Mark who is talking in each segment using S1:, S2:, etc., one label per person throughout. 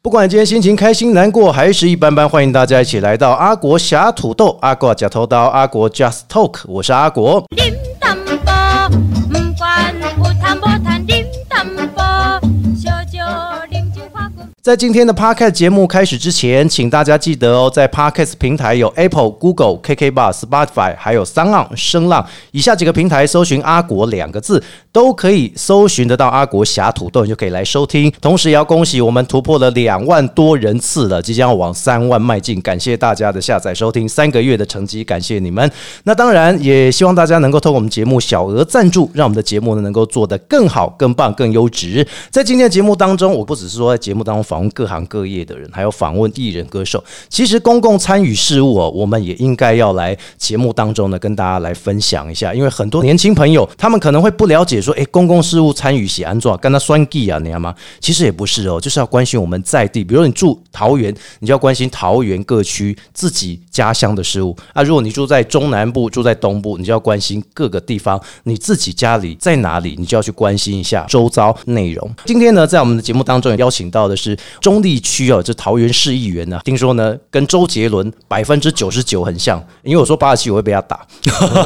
S1: 不管今天心情开心、难过还是一般般，欢迎大家一起来到阿国侠土豆、阿国假头刀、阿国 Just Talk，我是阿国。
S2: điểm tâm bò Ừm, quan u tham bò than điểm tâm bò cho cho điểm chữ hoa của
S1: 在今天的 Podcast 节目开始之前，请大家记得哦，在 Podcast 平台有 Apple、Google、KK Bar、Spotify，还有三浪、声浪以下几个平台搜寻“阿国”两个字，都可以搜寻得到阿国侠土豆，你就可以来收听。同时也要恭喜我们突破了两万多人次了，即将要往三万迈进，感谢大家的下载收听，三个月的成绩，感谢你们。那当然也希望大家能够透过我们节目小额赞助，让我们的节目呢能够做得更好、更棒、更优质。在今天的节目当中，我不只是说在节目当中访问各行各业的人，还有访问艺人歌手。其实公共参与事务哦，我们也应该要来节目当中呢跟大家来分享一下，因为很多年轻朋友他们可能会不了解说，诶，公共事务参与写安装跟他酸计啊，你知道吗？其实也不是哦，就是要关心我们在地，比如说你住桃园，你就要关心桃园各区自己家乡的事物啊。如果你住在中南部，住在东部，你就要关心各个地方你自己家里在哪里，你就要去关心一下周遭内容。今天呢，在我们的节目当中也邀请到的是中立区哦，这桃园市议员呢、啊听说呢跟周杰伦百分之九十九很像，因为我说八十七我会被他打。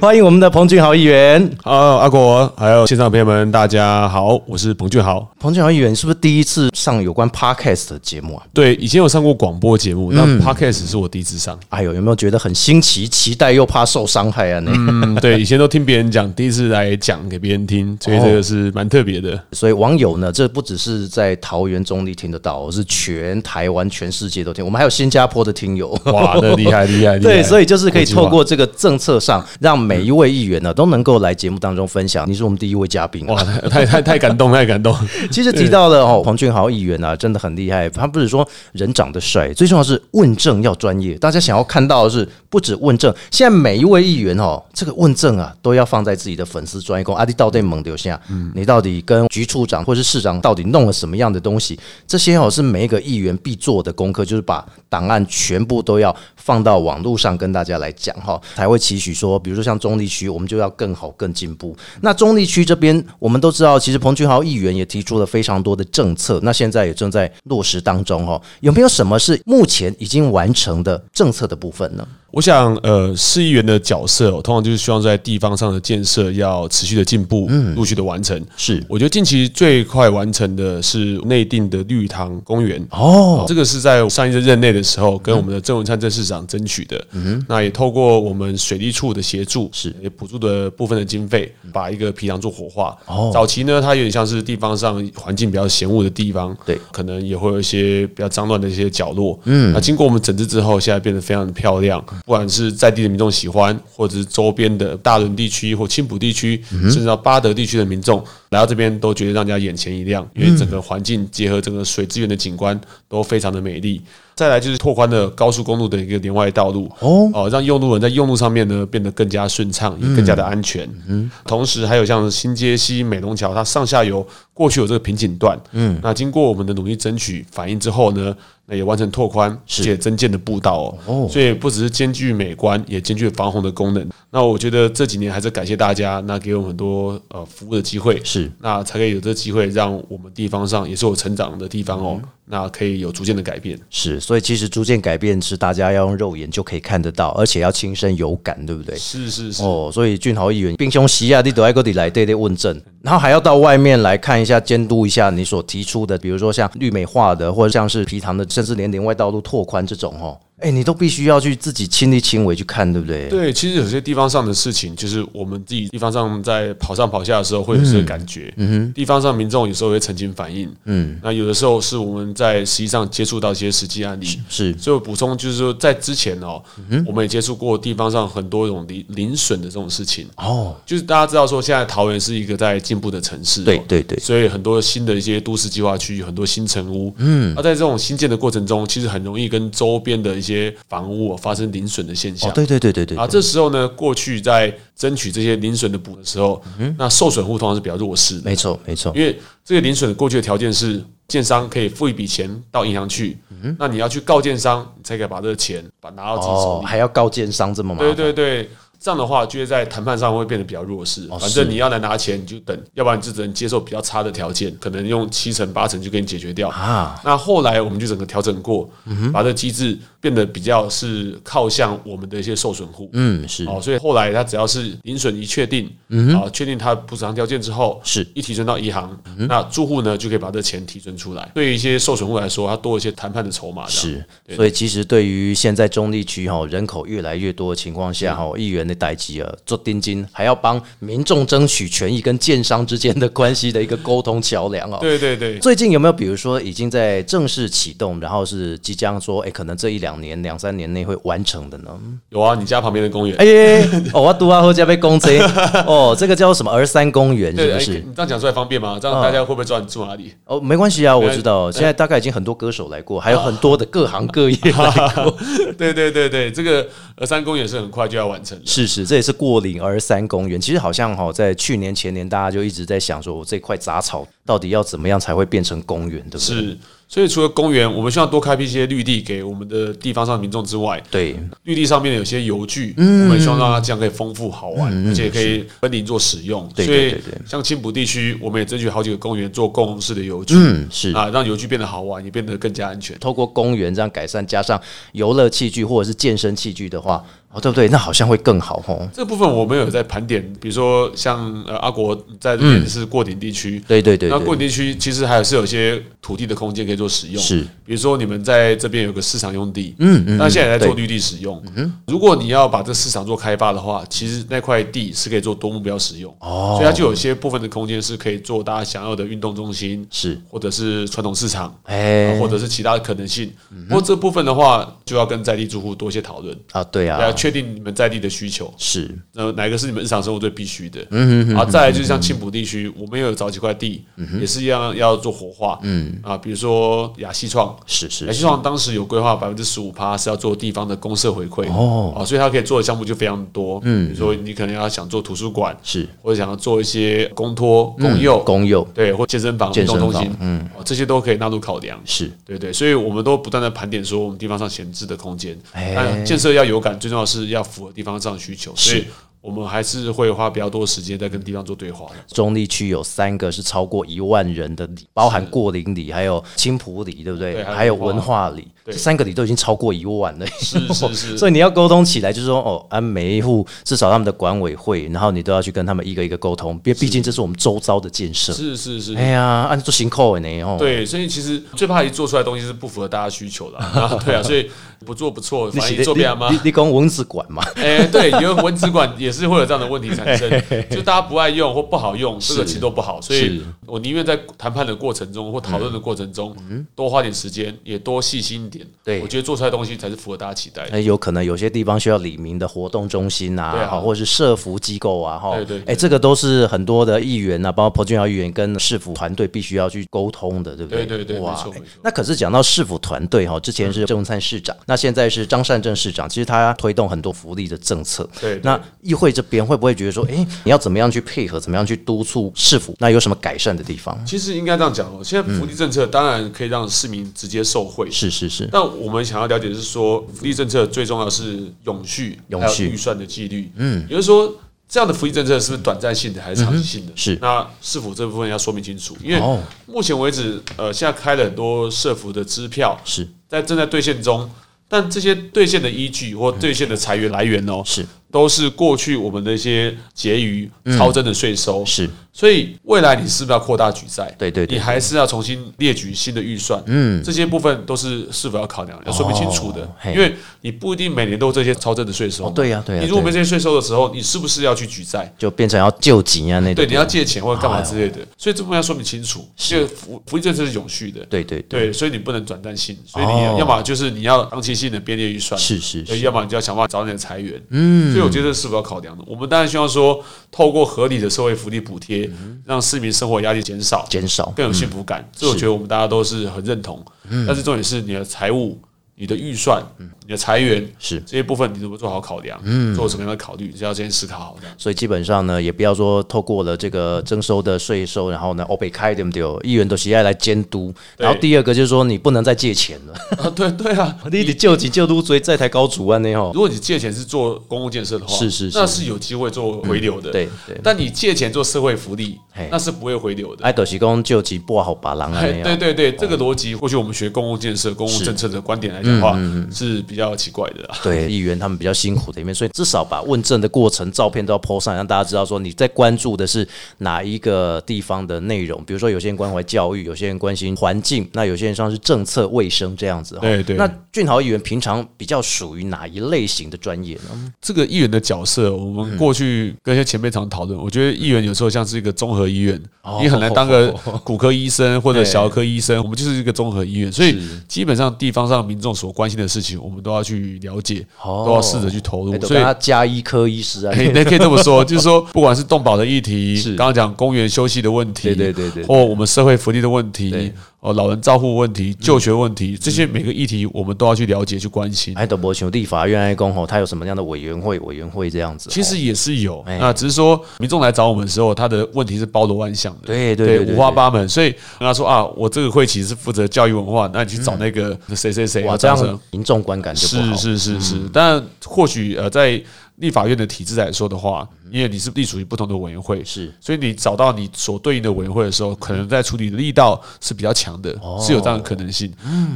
S1: 欢迎我们的彭俊豪议员，
S3: 啊，阿国，还有线上朋友们，大家好，我是彭俊豪。
S1: 彭俊豪议员是不是第一次上有关 podcast 的节目啊？
S3: 对，以前有上过广播节目，那 podcast 是我第一次上。
S1: 哎呦，有没有觉得很新奇、期待又怕受伤害啊？你、
S3: 嗯， 哦对，以前都听别人讲，第一次来讲给别人听，所以这个是蛮特别的。
S1: 所以网友呢，这不只是在桃园中立听得到，是全台湾、全世界都听。我们还有新加坡的听 友，
S3: 哇，那厉害厉害厉害！
S1: 对，所以就是可以透过
S3: 国
S1: 这个政策上，让每一位议员呢都能够来节目当中分享。你是我们第一位嘉宾、啊
S3: 际化哇，太 太太太感动，太感动。
S1: 其实提到了哦，黄俊豪议员啊，真的很厉害。他不是说人长得帅，最重要是问政要专业。大家想要看到的是，不止问政，现在每一位议员哦，这个问政啊，都要放在自己的粉丝专业公。阿、啊、弟到底猛留下，你到底跟局处长或是市长到底弄了什么样的东西？这些哦是每一个议员必做的功课，就是把档案全部都要放到网络上跟大家来讲哈，才会期许说，比如说像中立区，我们就要更好、更进步。那中立区这边，我们都知道，其实彭俊豪议员也提出了非常多的政策，那现在也正在落实当中哈。有没有什么是目前已经完成的政策的部分呢？
S3: 我想，呃，市议员的角色、哦，通常就是希望在地方上的建设要持续的进步，陆续的完成。
S1: 是
S3: 我觉得近期最快完成的是内定的绿塘公园。
S1: 哦，
S3: 这个是在上一任任内的时候，跟我们的郑文灿郑市长争取的。那也透过我们水利处的协助，
S1: 嗯是
S3: 也补助的部分的经费，把一个皮囊做活化。
S1: 哦
S3: 早期呢，它有点像是地方上环境比较嫌恶的地方，
S1: 对
S3: 可能也会有一些比较脏乱的一些角落。嗯，那经过我们整治之后，现在变得非常的漂亮，不管是在地的民众喜欢，或者是周边的大屯地区或青浦地区，甚至到巴德地区的民众来到这边，都觉得让人家眼前一亮，因为整个环境结合整个水资源的景观都非常的美丽。再来就是拓宽了高速公路的一个连外道路
S1: 哦
S3: 哦，让用路人在用路上面呢变得更加顺畅，也更加的安全。嗯，同时还有像新街西美浓桥，它上下游过去有这个瓶颈段，嗯，那经过我们的努力争取反应之后呢，那也完成拓宽，且增建的步道哦，
S1: 哦
S3: 所以不只是兼具美观，也兼具防洪的功能。那我觉得这几年还是感谢大家，那给我们很多呃服务的机会，
S1: 是
S3: 那才可以有这个机会，让我们地方上也是我成长的地方哦，那可以有逐渐的改变。
S1: 是，所以其实逐渐改变是大家要用肉眼就可以看得到，而且要亲身有感，对不对？
S3: 是是是，
S1: 哦，所以俊豪议员、冰兄席啊，你都爱各地来对对问政，然后还要到外面来看一下、监督一下你所提出的，比如说像绿美化的，或者像是皮塘的，甚至连连外道路拓宽这种哦，哎，你都必须要去自己亲力亲为去看，对不对？
S3: 对，其实有些地方上的事情，就是我们自己地方上在跑上跑下的时候，会有这
S1: 嗯
S3: 个感觉。地方上民众有时候会曾经反映。嗯，那有的时候是我们在实际上接触到一些实际案例。
S1: 是嗯
S3: 所以我补充就是说，在之前哦，我们也接触过地方上很多种零零损的这种事情。
S1: 哦，
S3: 就是大家知道说，现在桃园是一个在进步的城市、哦，
S1: 对对对
S3: 所以很多新的一些都市计划区，很多新城屋，嗯，那在这种新建的过程中，其实很容易跟周边的一些房屋、哦、发生零损的现象。
S1: 哦，对对对对对，
S3: 啊，这时候呢，过去在争取这些零损的补的时候，那受损户通常是比较弱势的，
S1: 嗯没错没错，
S3: 因为这个零损过去的条件是建商可以付一笔钱到银行去，那你要去告建商，你才可以把这个钱把拿到自己手
S1: 嗯哦，
S3: 里。
S1: 还要告奸商这么麻
S3: 对
S1: 烦，
S3: 对对，这样的话，就会在谈判上会变得比较弱势。
S1: 哦
S3: 反正你要来拿钱，你就等，要不然你就只能接受比较差的条件，可能用七成八成就给你解决掉
S1: 啊。嗯
S3: 那后来我们就整个调整过，把这个机制变得比较是靠向我们的一些受损户。
S1: 嗯，是
S3: 哦，所以后来他只要是零损一确定，
S1: 嗯
S3: 啊，确定他补偿条件之后，
S1: 是
S3: 一提存到银行，
S1: 嗯
S3: 那住户呢就可以把这钱提存出来。对于一些受损户来说，他多一些谈判的筹码。这样
S1: 是，所以其实对于现在中立区哈、人口越来越多的情况下哈、议员的代级啊做定金，还要帮民众争取权益跟建商之间的关系的一个沟通桥梁哦。
S3: 对对对，
S1: 最近有没有比如说已经在正式启动，然后是即将说，哎、可能这一两年、两三年内会完成的呢？
S3: 有啊，你家旁边的公园
S1: 哎、， 哦，我读啊，后加被公贼哦，这个叫什么儿三公园是
S3: 对，
S1: 不
S3: 哎
S1: 是？嗯
S3: 你这样讲出来方便吗？这样大家会不会知道你住哪里？
S1: 哦，没关系啊，我
S3: 对
S1: 知道，现在大概已经很多歌手来过，还有很多的各行各业来过。
S3: 对对对对，这个峨山公园是很快就要完成了。
S1: 是是，这也是过岭儿三公园。其实好像哈、哦在去年前年，大家就一直在想说，我这块杂草到底要怎么样才会变成公园，对不对？
S3: 是，所以除了公园，我们需要多开辟一些绿地给我们的地方上的民众之外，
S1: 对，
S3: 绿地上面有些油锯，
S1: 嗯
S3: 我们希望让它这样可以丰富好玩，而且可以分龄做使用。
S1: 对
S3: 所
S1: 对
S3: 以
S1: 对对
S3: 像青浦地区，我们也争取好几个公园做共用式的油锯，
S1: 嗯，是。
S3: 啊，让油锯变得好玩，也变得更加安全。
S1: 透过公园这样改善，加上游乐器具或者是健身器具的话，哦，对不对？那好像会更好哦。
S3: 这部分我们有在盘点，比如说像呃阿国在这
S1: 嗯
S3: 边是过顶地区，
S1: 对对对
S3: 那过
S1: 对，
S3: 地区其实还是有些土地的空间可以做使用，
S1: 是，
S3: 比如说你们在这边有个市场用地，
S1: 嗯嗯
S3: 那现在也在做
S1: 对嗯
S3: 绿地使用，如果你要把这市场做开发的话，其实那块地是可以做多目标使用，
S1: 哦
S3: 所以它就有些部分的空间是可以做大家想要的运动中心，
S1: 是，
S3: 或者是传统市场。
S1: 哎，
S3: 啊
S1: 嗯
S3: 或者是其他的可能性，不过这部分的话，就要跟在地住户多一些讨论，
S1: 啊，对
S3: 来
S1: 啊，
S3: 确定你们在地的需求。
S1: 是，
S3: 呃，哪一个是你们日常生活最必须的？嗯嗯。啊，再来就是像青浦地区，我们也有找几块地，
S1: 嗯
S3: 也是一样要做活化。嗯啊，比如说亚西创，
S1: 是是
S3: 亚西创当时有规划百分之十五趴是要做地方的公社回馈
S1: 哦
S3: 啊，所以它可以做的项目就非常多。嗯，比如说你可能要想做图书馆，
S1: 是，嗯
S3: 或者想要做一些公托、公幼、
S1: 公幼
S3: 对，或健身房、
S1: 健
S3: 运
S1: 身
S3: 动
S1: 房
S3: 中心，嗯，这些都可以纳入考量。
S1: 是
S3: 对对，所以我们都不断的盘点说我们地方上闲置的空间，
S1: 哎
S3: 但建设要有感，最重要是要符合地方上的需求，所
S1: 是
S3: 以我们还是会花比较多时间在跟地方做对话的。
S1: 中立区有三个是超过一万人的里，包含过林里，还有青浦里，对不对？
S3: 对还有
S1: 还有文
S3: 文
S1: 化里，这
S3: 对
S1: 三个里都已经超过一万了。
S3: 是 是是
S1: 所以你要沟通起来，就是说哦，啊，每一户至少他们的管委会，然后你都要去跟他们一个一个沟通，毕毕竟这是我们周遭的建设。
S3: 是是是。
S1: 哎呀，按做行扣呢哦。
S3: 对，所以其实最怕一做出来的东西是不符合大家需求的、啊， 对啊，所以不做不错，
S1: 你
S3: 反
S1: 是
S3: 正一做
S1: 你
S3: 变吗？
S1: 你你讲文字馆嘛？
S3: 哎、对，有文职管也是会有这样的问题产生，就大家不爱用或不好用，这个其实都不好，所以
S1: 是嗯
S3: 我宁愿在谈判的过程中或讨论的过程中、多花点时间，也多细心一点。
S1: 对哎
S3: 我觉得做出来的东西才是符合大家期待的。
S1: 那有可能有些地方需要李明的活动中心啊，
S3: 对啊
S1: 哈或者是社服机构啊，哈，
S3: 对对对
S1: 哎，这个都是很多的议员啊，包括彭俊尧议员跟市府团队必须要去沟通的，对不对？
S3: 对对对
S1: 哇
S3: 没错
S1: 哎
S3: 没错嗯
S1: 那可是讲到市府团队哈，之前是郑灿市长，那现在是张善政市长，其实他推动很多福利的政策，
S3: 对对
S1: 那议会这边会不会觉得说，哎，你要怎么样去配合，怎么样去督促市府？那有什么改善的地方？
S3: 其实应该这样讲哦，现在福利政策当然可以让市民直接受惠，
S1: 嗯是是是，
S3: 但我们想要了解的是说，福利政策最重要的是永续，
S1: 永
S3: 还有
S1: 续
S3: 预算的纪律。嗯，也就是说，这样的福利政策是不是短暂性的还是长期性的？
S1: 嗯是
S3: 那市府这部分要说明清楚，因
S1: 哦
S3: 为目前为止，呃，现在开了很多社服的支票，
S1: 是
S3: 在正在兑现中。但这些兑现的依据或兑现的裁源来源哦，
S1: 是嗯
S3: 都是过去我们的一些结余、超征的税收，
S1: 是
S3: 所以未来你是不是要扩大举债？
S1: 对对对
S3: 你还是要重新列举新的预算。嗯，这些部分都是是否要考量、要说明清楚的
S1: 哦，嘿哦
S3: 因为你不一定每年都有这些超征的税收嘛。
S1: 对呀对呀
S3: 你如果
S1: 对
S3: 没这些税收的时候，你是不是要去举债？
S1: 就变成要救急啊那种，
S3: 对，你要借钱或者干
S1: 哦
S3: 嘛之类的，所以这部分要说明清楚。因为福福利政策是永续的，
S1: 对对对
S3: 对，所以你不能转战性，所以你
S1: 哦
S3: 要要么就是你要长期性的编列预算，
S1: 是是
S3: 对
S1: 是
S3: 要么你就要想办法找点裁员。嗯，所以我觉得这是否要考量的。我们当然希望说，透过合理的社会福利补贴，让市民生活压力减少，
S1: 嗯减少嗯
S3: 更有幸福感。这我觉得我们大家都是很认同。但是重点是你的财务、你你的预算、你的裁员
S1: 是
S3: 这些部分，你怎么做好考量？嗯，做什么样的考虑，这要先思考好这样。
S1: 所以基本上呢，也不要说透过了这个征收的税收，然后呢，欧北开对不对？议员都喜爱来监督。
S3: 对
S1: 然后第二个就是说，你不能再借钱了，
S3: 啊，对对啊，
S1: 你一直救急救都追这台高主案呢吼。
S3: 如果你借钱是做公共建设的话，
S1: 是是是嗯
S3: 那是有机会做回流的。
S1: 对对
S3: 但你借钱做社会福利
S1: 嘿，哎
S3: 那是不会回流的。
S1: 爱德西公救急不好把狼啊
S3: 哎，
S1: 那
S3: 对
S1: 样。
S3: 对对，这个逻辑，过去我们学公共建设、公共政策的观点来讲的
S1: 嗯
S3: 话，是比较奇怪的啊。
S1: 对议员他们比较辛苦的一面，所以至少把问政的过程照片都要 PO 上，让大家知道说你在关注的是哪一个地方的内容。比如说，有些人关怀教育，有些人关心环境，那有些人像是政策、卫生这样子。吼
S3: 对对
S1: 那俊豪议员平常比较属于哪一类型的专业呢？
S3: 这个议员的角色，我们过去跟一些前辈常讨论，我觉得议员有时候像是一个综合医院
S1: 哦，
S3: 你很难当个骨科医生或者
S1: 对
S3: 小儿科医生，我们就是一个综合医院，所以
S1: 是
S3: 基本上地方上民众所关心的事情，我们都要去了解，
S1: 哦
S3: 都要试着去投
S1: 哎
S3: 入，
S1: 都
S3: 所以
S1: 跟。他加医科医师啊，
S3: 可以，哎那可以这么 说，就是说，不管是动保的议题
S1: 是，
S3: 刚刚讲公园休息的问题，
S1: 对对对对对
S3: 或我们社会福利的问
S1: 对嗯
S3: 题，哦，老人照护问题、就学问题，这些每个议题我们都要去了解、去关心。
S1: 哎，德伯求立法院爱公吼，他有什么样的委员会？委员会这样子吼，哦
S3: 其实也是有，
S1: 哎
S3: 那只是说民众来找我们的时候，他的问题是包罗万象的，
S1: 对对对对
S3: 五花八门。所以跟他说啊，我这个会其实是负责教育文化，那你去找那个谁谁谁，
S1: 嗯哇，
S3: 啊
S1: 这
S3: 张生
S1: 样民众观感就不好。嗯
S3: 是是是是，但或许呃，在立法院的体制来说的话，因为你是隶属于不同的委员会，
S1: 是
S3: 所以你找到你所对应的委员会的时候，可能在处理的力道是比较强的，
S1: 哦
S3: 是有这样的可能性。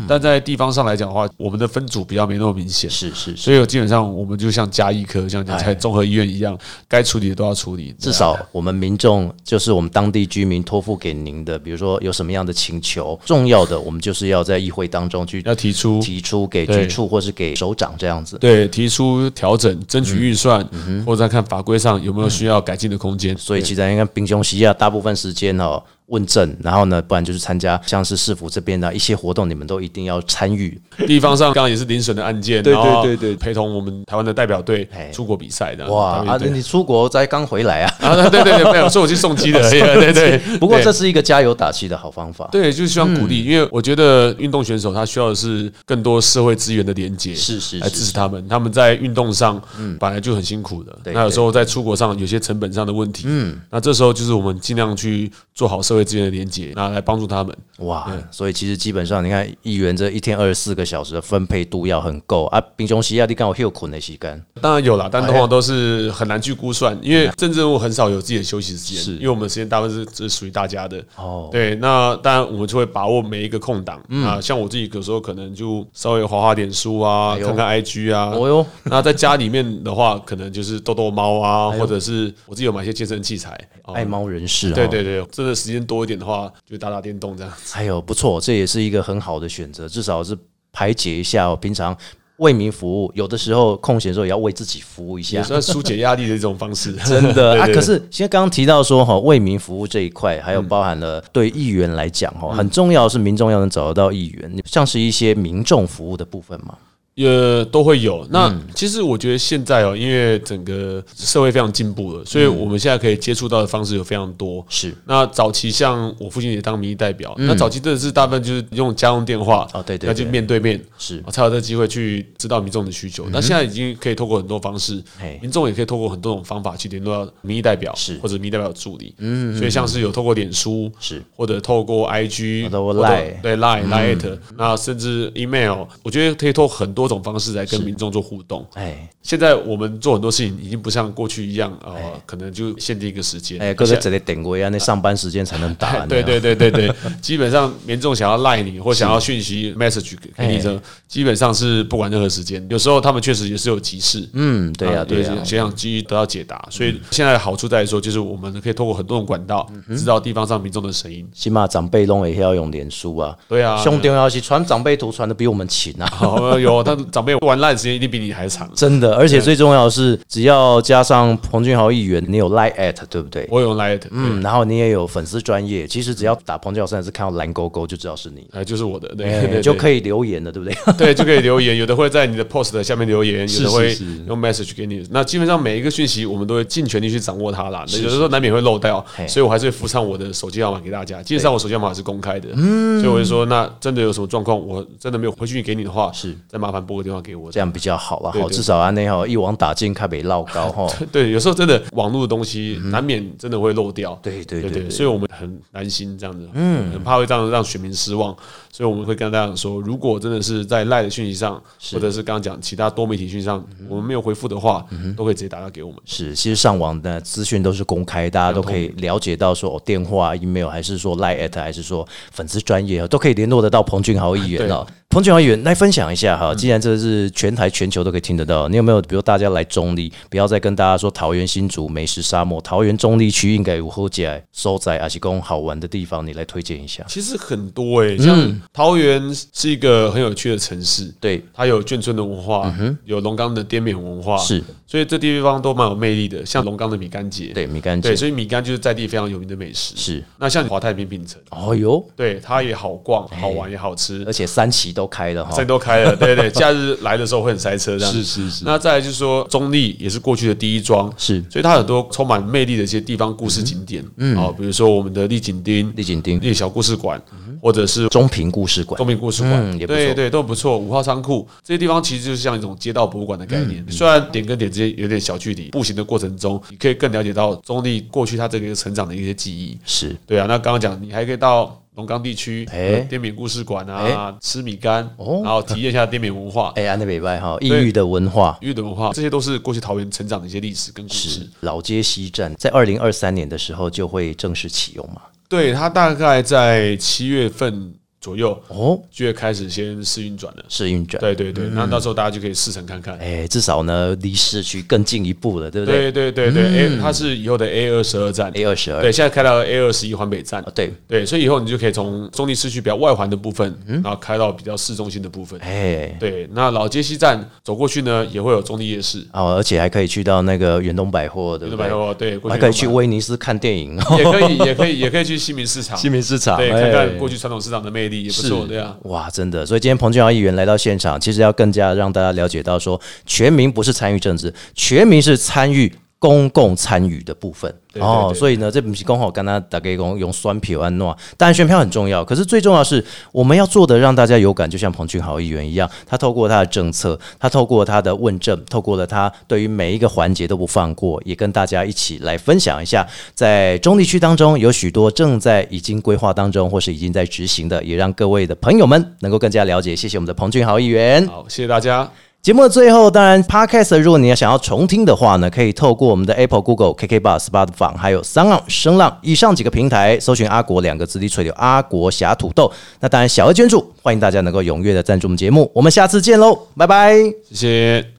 S3: 但在地方上来讲的话，我们的分组比较没那么明
S1: 嗯
S3: 显。
S1: 是哎是是，
S3: 所以基本上我们就像加医科，像像综合医院一样，该处理的都要处理。
S1: 至少我们民众就是我们当地居民托付给您的，比如说有什么样的请求，重要的我们就是要在议会当中去
S3: 要提出
S1: 提出给
S3: 对
S1: 局处或是给首长这样子。
S3: 对提出调整，争取预
S1: 嗯
S3: 算，或者再看法规上有没有需要改进的空间。
S1: 所以其实应该冰熊西亚大部分时间哦问政，然后呢，不然就是参加像是市府这边的一些活动，你们都一定要参与。
S3: 地方上刚刚也是邻省的案件，
S1: 对
S3: 然后
S1: 对对对
S3: 陪同我们台湾的代表队
S1: 哎
S3: 出国比赛的
S1: 哇啊，
S3: 对
S1: 你出国才刚回来啊！
S3: 啊，对对对，没有，所以我去送 机的，对对对。
S1: 不过
S3: 对
S1: 这是一个加油打气的好方法。
S3: 对，就是希望鼓励，
S1: 嗯
S3: 因为我觉得运动选手他需要的是更多社会资源的连接，
S1: 是是
S3: 来
S1: 是嗯
S3: 支持他们。他们在运动上本来就很辛苦的，
S1: 对
S3: 那有时候在出国上有些成本上的问题，嗯，那这时候就是我们尽量去做好社会资源的连接，那来帮助他们。
S1: 哇，所以其实基本上你看，议员这一天二十四个小时的分配度要很够啊。冰熊西亚你刚好休困的时间，
S3: 当然有啦，但通常都是很难去估算，因为政治人物很少有自己的休息时
S1: 嗯是
S3: 间，因为我们时间大部分是是属于大家的。
S1: 哦
S3: 对，那当然我们就会把握每一个空档
S1: 嗯
S3: 啊，像我自己有时候可能就稍微划划点书啊，
S1: 哎呦
S3: 看看 IG 啊。
S1: 哦哟，
S3: 那在家里面的话，可能就是逗逗猫啊，
S1: 哎呦
S3: 或者是我自己有买一些健身器材。哦
S1: 爱猫人士、哦，
S3: 对对对，真的时间多一点的话，就打打电动这样子。
S1: 哎呦，不错，这也是一个很好的选择，至少是排解一下、哦、平常为民服务，有的时候空闲的时候也要为自己服务一
S3: 也
S1: 下。
S3: 算疏解压力的一种方式，
S1: 真的啊，
S3: 对对对
S1: 可是现在刚刚提到说哈，为民服务这一块，还有包含了对议员来讲哈，很重要的是民众要能找得到议员，像是一些民众服务的部分嘛。
S3: 也都会有。那
S1: 嗯
S3: 其实我觉得现在哦，因为整个社会非常进步了，所
S1: 嗯
S3: 以我们现在可以接触到的方式有非常多。
S1: 是
S3: 那早期像我父亲也当民意代表，那早期真的是大部分就是用家用电话
S1: 嗯哦对对
S3: 要去
S1: 对
S3: 面对面
S1: 是
S3: 才有这机会去知道民众的需求。那现在已经可以透过很多方式
S1: 嗯嘿，
S3: 民众也可以透过很多种方法去联络到民意代表
S1: 是
S3: 或者民意代表助理。嗯，所以像是有透过脸书
S1: 是
S3: 或者透过 IG
S1: 或者
S3: 或者
S1: Line 嗯
S3: 对 Line Line，那甚至 email，我觉得可以透过很多种方式来跟民众做互动。
S1: 哎
S3: 现在我们做很多事情已经不像过去一样，呃，可能就限定一个时间。
S1: 哎，各位这里等过呀，那上班时间才能打
S3: 哎 。对对对对对，基本上民众想要赖你或想要讯息 message 给
S1: 哎
S3: 给你的，基本上是不管任何时间。有时候他们确实也是有急事，
S1: 嗯，对呀、
S3: 啊
S1: 对呀、
S3: 有些想急于得到解答。所以现在的好处在于说，就是我们可以透过很多种管道，
S1: 嗯
S3: 知道地方上民众的声音。
S1: 起码长辈拢也要用脸书啊。
S3: 对啊
S1: 兄弟要是传长辈图传的比我们勤啊。
S3: 好，有，但长辈玩烂的时间一定比你还长。
S1: 真的，而且最重要的是，只要加上彭俊豪议员，你有 lie at 对不对？
S3: 我有 light，
S1: 嗯，然后你也有粉丝专业，其实只要打彭俊豪三个字，看到蓝勾勾就知道是你，
S3: 哎，就是我的，对
S1: 哎
S3: 对对，
S1: 就可
S3: 以
S1: 以留言了，对 不对？
S3: 对就可以留言，有的会在你的 post 的下面留言，有的
S1: 是
S3: 会
S1: 是
S3: 用 message 给你。那基本上每一个讯息，我们都会尽全力去掌握它啦。有的时候难免会漏掉
S1: 嘿，
S3: 所以我还是会附上我的手机号码给大家。基本上我手机号码是公开的，
S1: 嗯
S3: 所以我就说，那真的有什么状况，我真的没有回讯给你的话，
S1: 是
S3: 再麻烦拨个电话给我
S1: 这。样比较好了，
S3: 对
S1: 好，
S3: 对
S1: 至少啊安内哦哈一网打尽，看北落高哈。
S3: 对，有时候真的网络的东西难免真的会漏掉。
S1: 对对
S3: 嗯对
S1: 对
S3: 对
S1: 对
S3: 所以我们很担心这样子，嗯，很怕会这样让选民失望，所以我们会跟大家讲说，如果真的是在赖的讯息上，或者是嗯刚刚讲其他多媒体讯息上，我们没有回复的话，都可以直接打电话给我们。
S1: 是，其实上网的资讯都是公开，大家都可以了解到说，哦，电话、email 还是说 line at，还是说粉丝专业，都可以联络得到彭俊豪议员哦。彭俊豪议员来分享一下哈，既然这是全台全球都可以听得到，你有没有比如大家来中立，不要再跟大家说桃园新竹美食沙漠，桃园中立区应该有好起来、收窄还是供好玩的地方，你来推荐一下。
S3: 其实很多诶、像桃园是一个很有趣的城市，
S1: 对，
S3: 它有眷村的文化，有龙岗的滇缅文化，
S1: 是，
S3: 所以这地方都蛮有魅力的。像龙岗的米干节，
S1: 对，米干姐
S3: 对，所以米干就是在地非常有名的美食。
S1: 是，
S3: 那像华泰名品城，
S1: 哦哟，
S3: 对，它也好逛、好玩、也好吃
S1: 哎 而，且三期都开了哈
S3: 站，都 开了，对对，假日来的时候会很塞车，这样
S1: 是是
S3: 那再来就是说，中立也是过去的第一庄，
S1: 是
S3: 所以它很多充满魅力的一些地方故事景点，嗯，哦，比如说我们的丽景町、
S1: 丽景町嗯
S3: 丽小故事馆，或者是
S1: 中平故事馆
S3: 东。平故事
S1: 嗯
S3: 馆，
S1: 也不错
S3: 对对都不错。五号仓库这些地方其实就是像一种街道博物馆的概
S1: 嗯
S3: 念，虽然点跟点之间有点小距离，步行的过程中，你可以更了解到中立过去它这个成长的一些记忆。
S1: 是
S3: 对啊，那刚刚讲，你还可以到龙岗地区
S1: 哎
S3: 滇缅故事馆
S1: 哎
S3: 啊，吃米干，
S1: 哦
S3: 然后体验一下滇缅文化、
S1: 哎，安内北拜哈，异域的文化
S3: 越的文化，这些都是过去桃园成长的一些历史跟故
S1: 是
S3: 事。
S1: 老街西站，在二零二三年的时候就会正式启用嘛。
S3: 对，它大概在七月份左右
S1: 哦，
S3: 就会开始先试运转了。
S1: 试运转，
S3: 对对对，那到时候大家就可以试乘看看。
S1: 嗯哎，至少呢离市区更进一步了，对不对
S3: 对对对对，A 它是以后的 A 二十二站，
S1: 嗯？A 二十二
S3: 对，，现在开到 A 二十一环北站
S1: 哦。对，
S3: 对，所以以后你就可以从中立市区比较外环的部分，
S1: 嗯
S3: 然后开到比较市中心的部分。
S1: 哎，
S3: 对，那老街西站走过去呢，也会有中立夜市，
S1: 哦，而且还可以去到那个远东百货，对不
S3: 对吧
S1: 对？？
S3: 对，过
S1: 还
S3: 去
S1: 可以去威尼斯看电影，
S3: 也可以，也可以，也可以去西民市场，
S1: 民市场
S3: 啊
S1: 哎
S3: 对，看看过去传统市场的魅力也不错，对啊。
S1: 哇，真的！所以今天彭俊尧议员来到现场，其实要更加让大家了解到说，全民不是参与政治，全民是参与。公共参与的部分
S3: 对对
S1: 哦，
S3: 对
S1: 所以呢，这不是刚好跟他打给公用酸票安诺，当然选票很重要，可是最重要的是我们要做的让大家有感，就像彭俊豪议员一样，他透过他的政策，他透过他的问政，透过了他对于每一个环节都不放过，也跟大家一起来分享一下，在中立区当中有许多正在已经规划当中或是已经在执行的，也让各位的朋友们能够更加了解。谢谢我们的彭俊豪议员。
S3: 好，谢谢大家。
S1: 节目的最后，当然 Podcast 如果你要想要重听的话呢，可以透过我们的 Apple、Google、KK Bar、Spotify，还有三浪、声浪以上几个平台搜寻“阿国”两个字，你垂柳阿国侠土豆。那当然，小额捐助，欢迎大家能够踊跃的赞助我们节目。我们下次见喽，拜拜。
S3: 谢谢。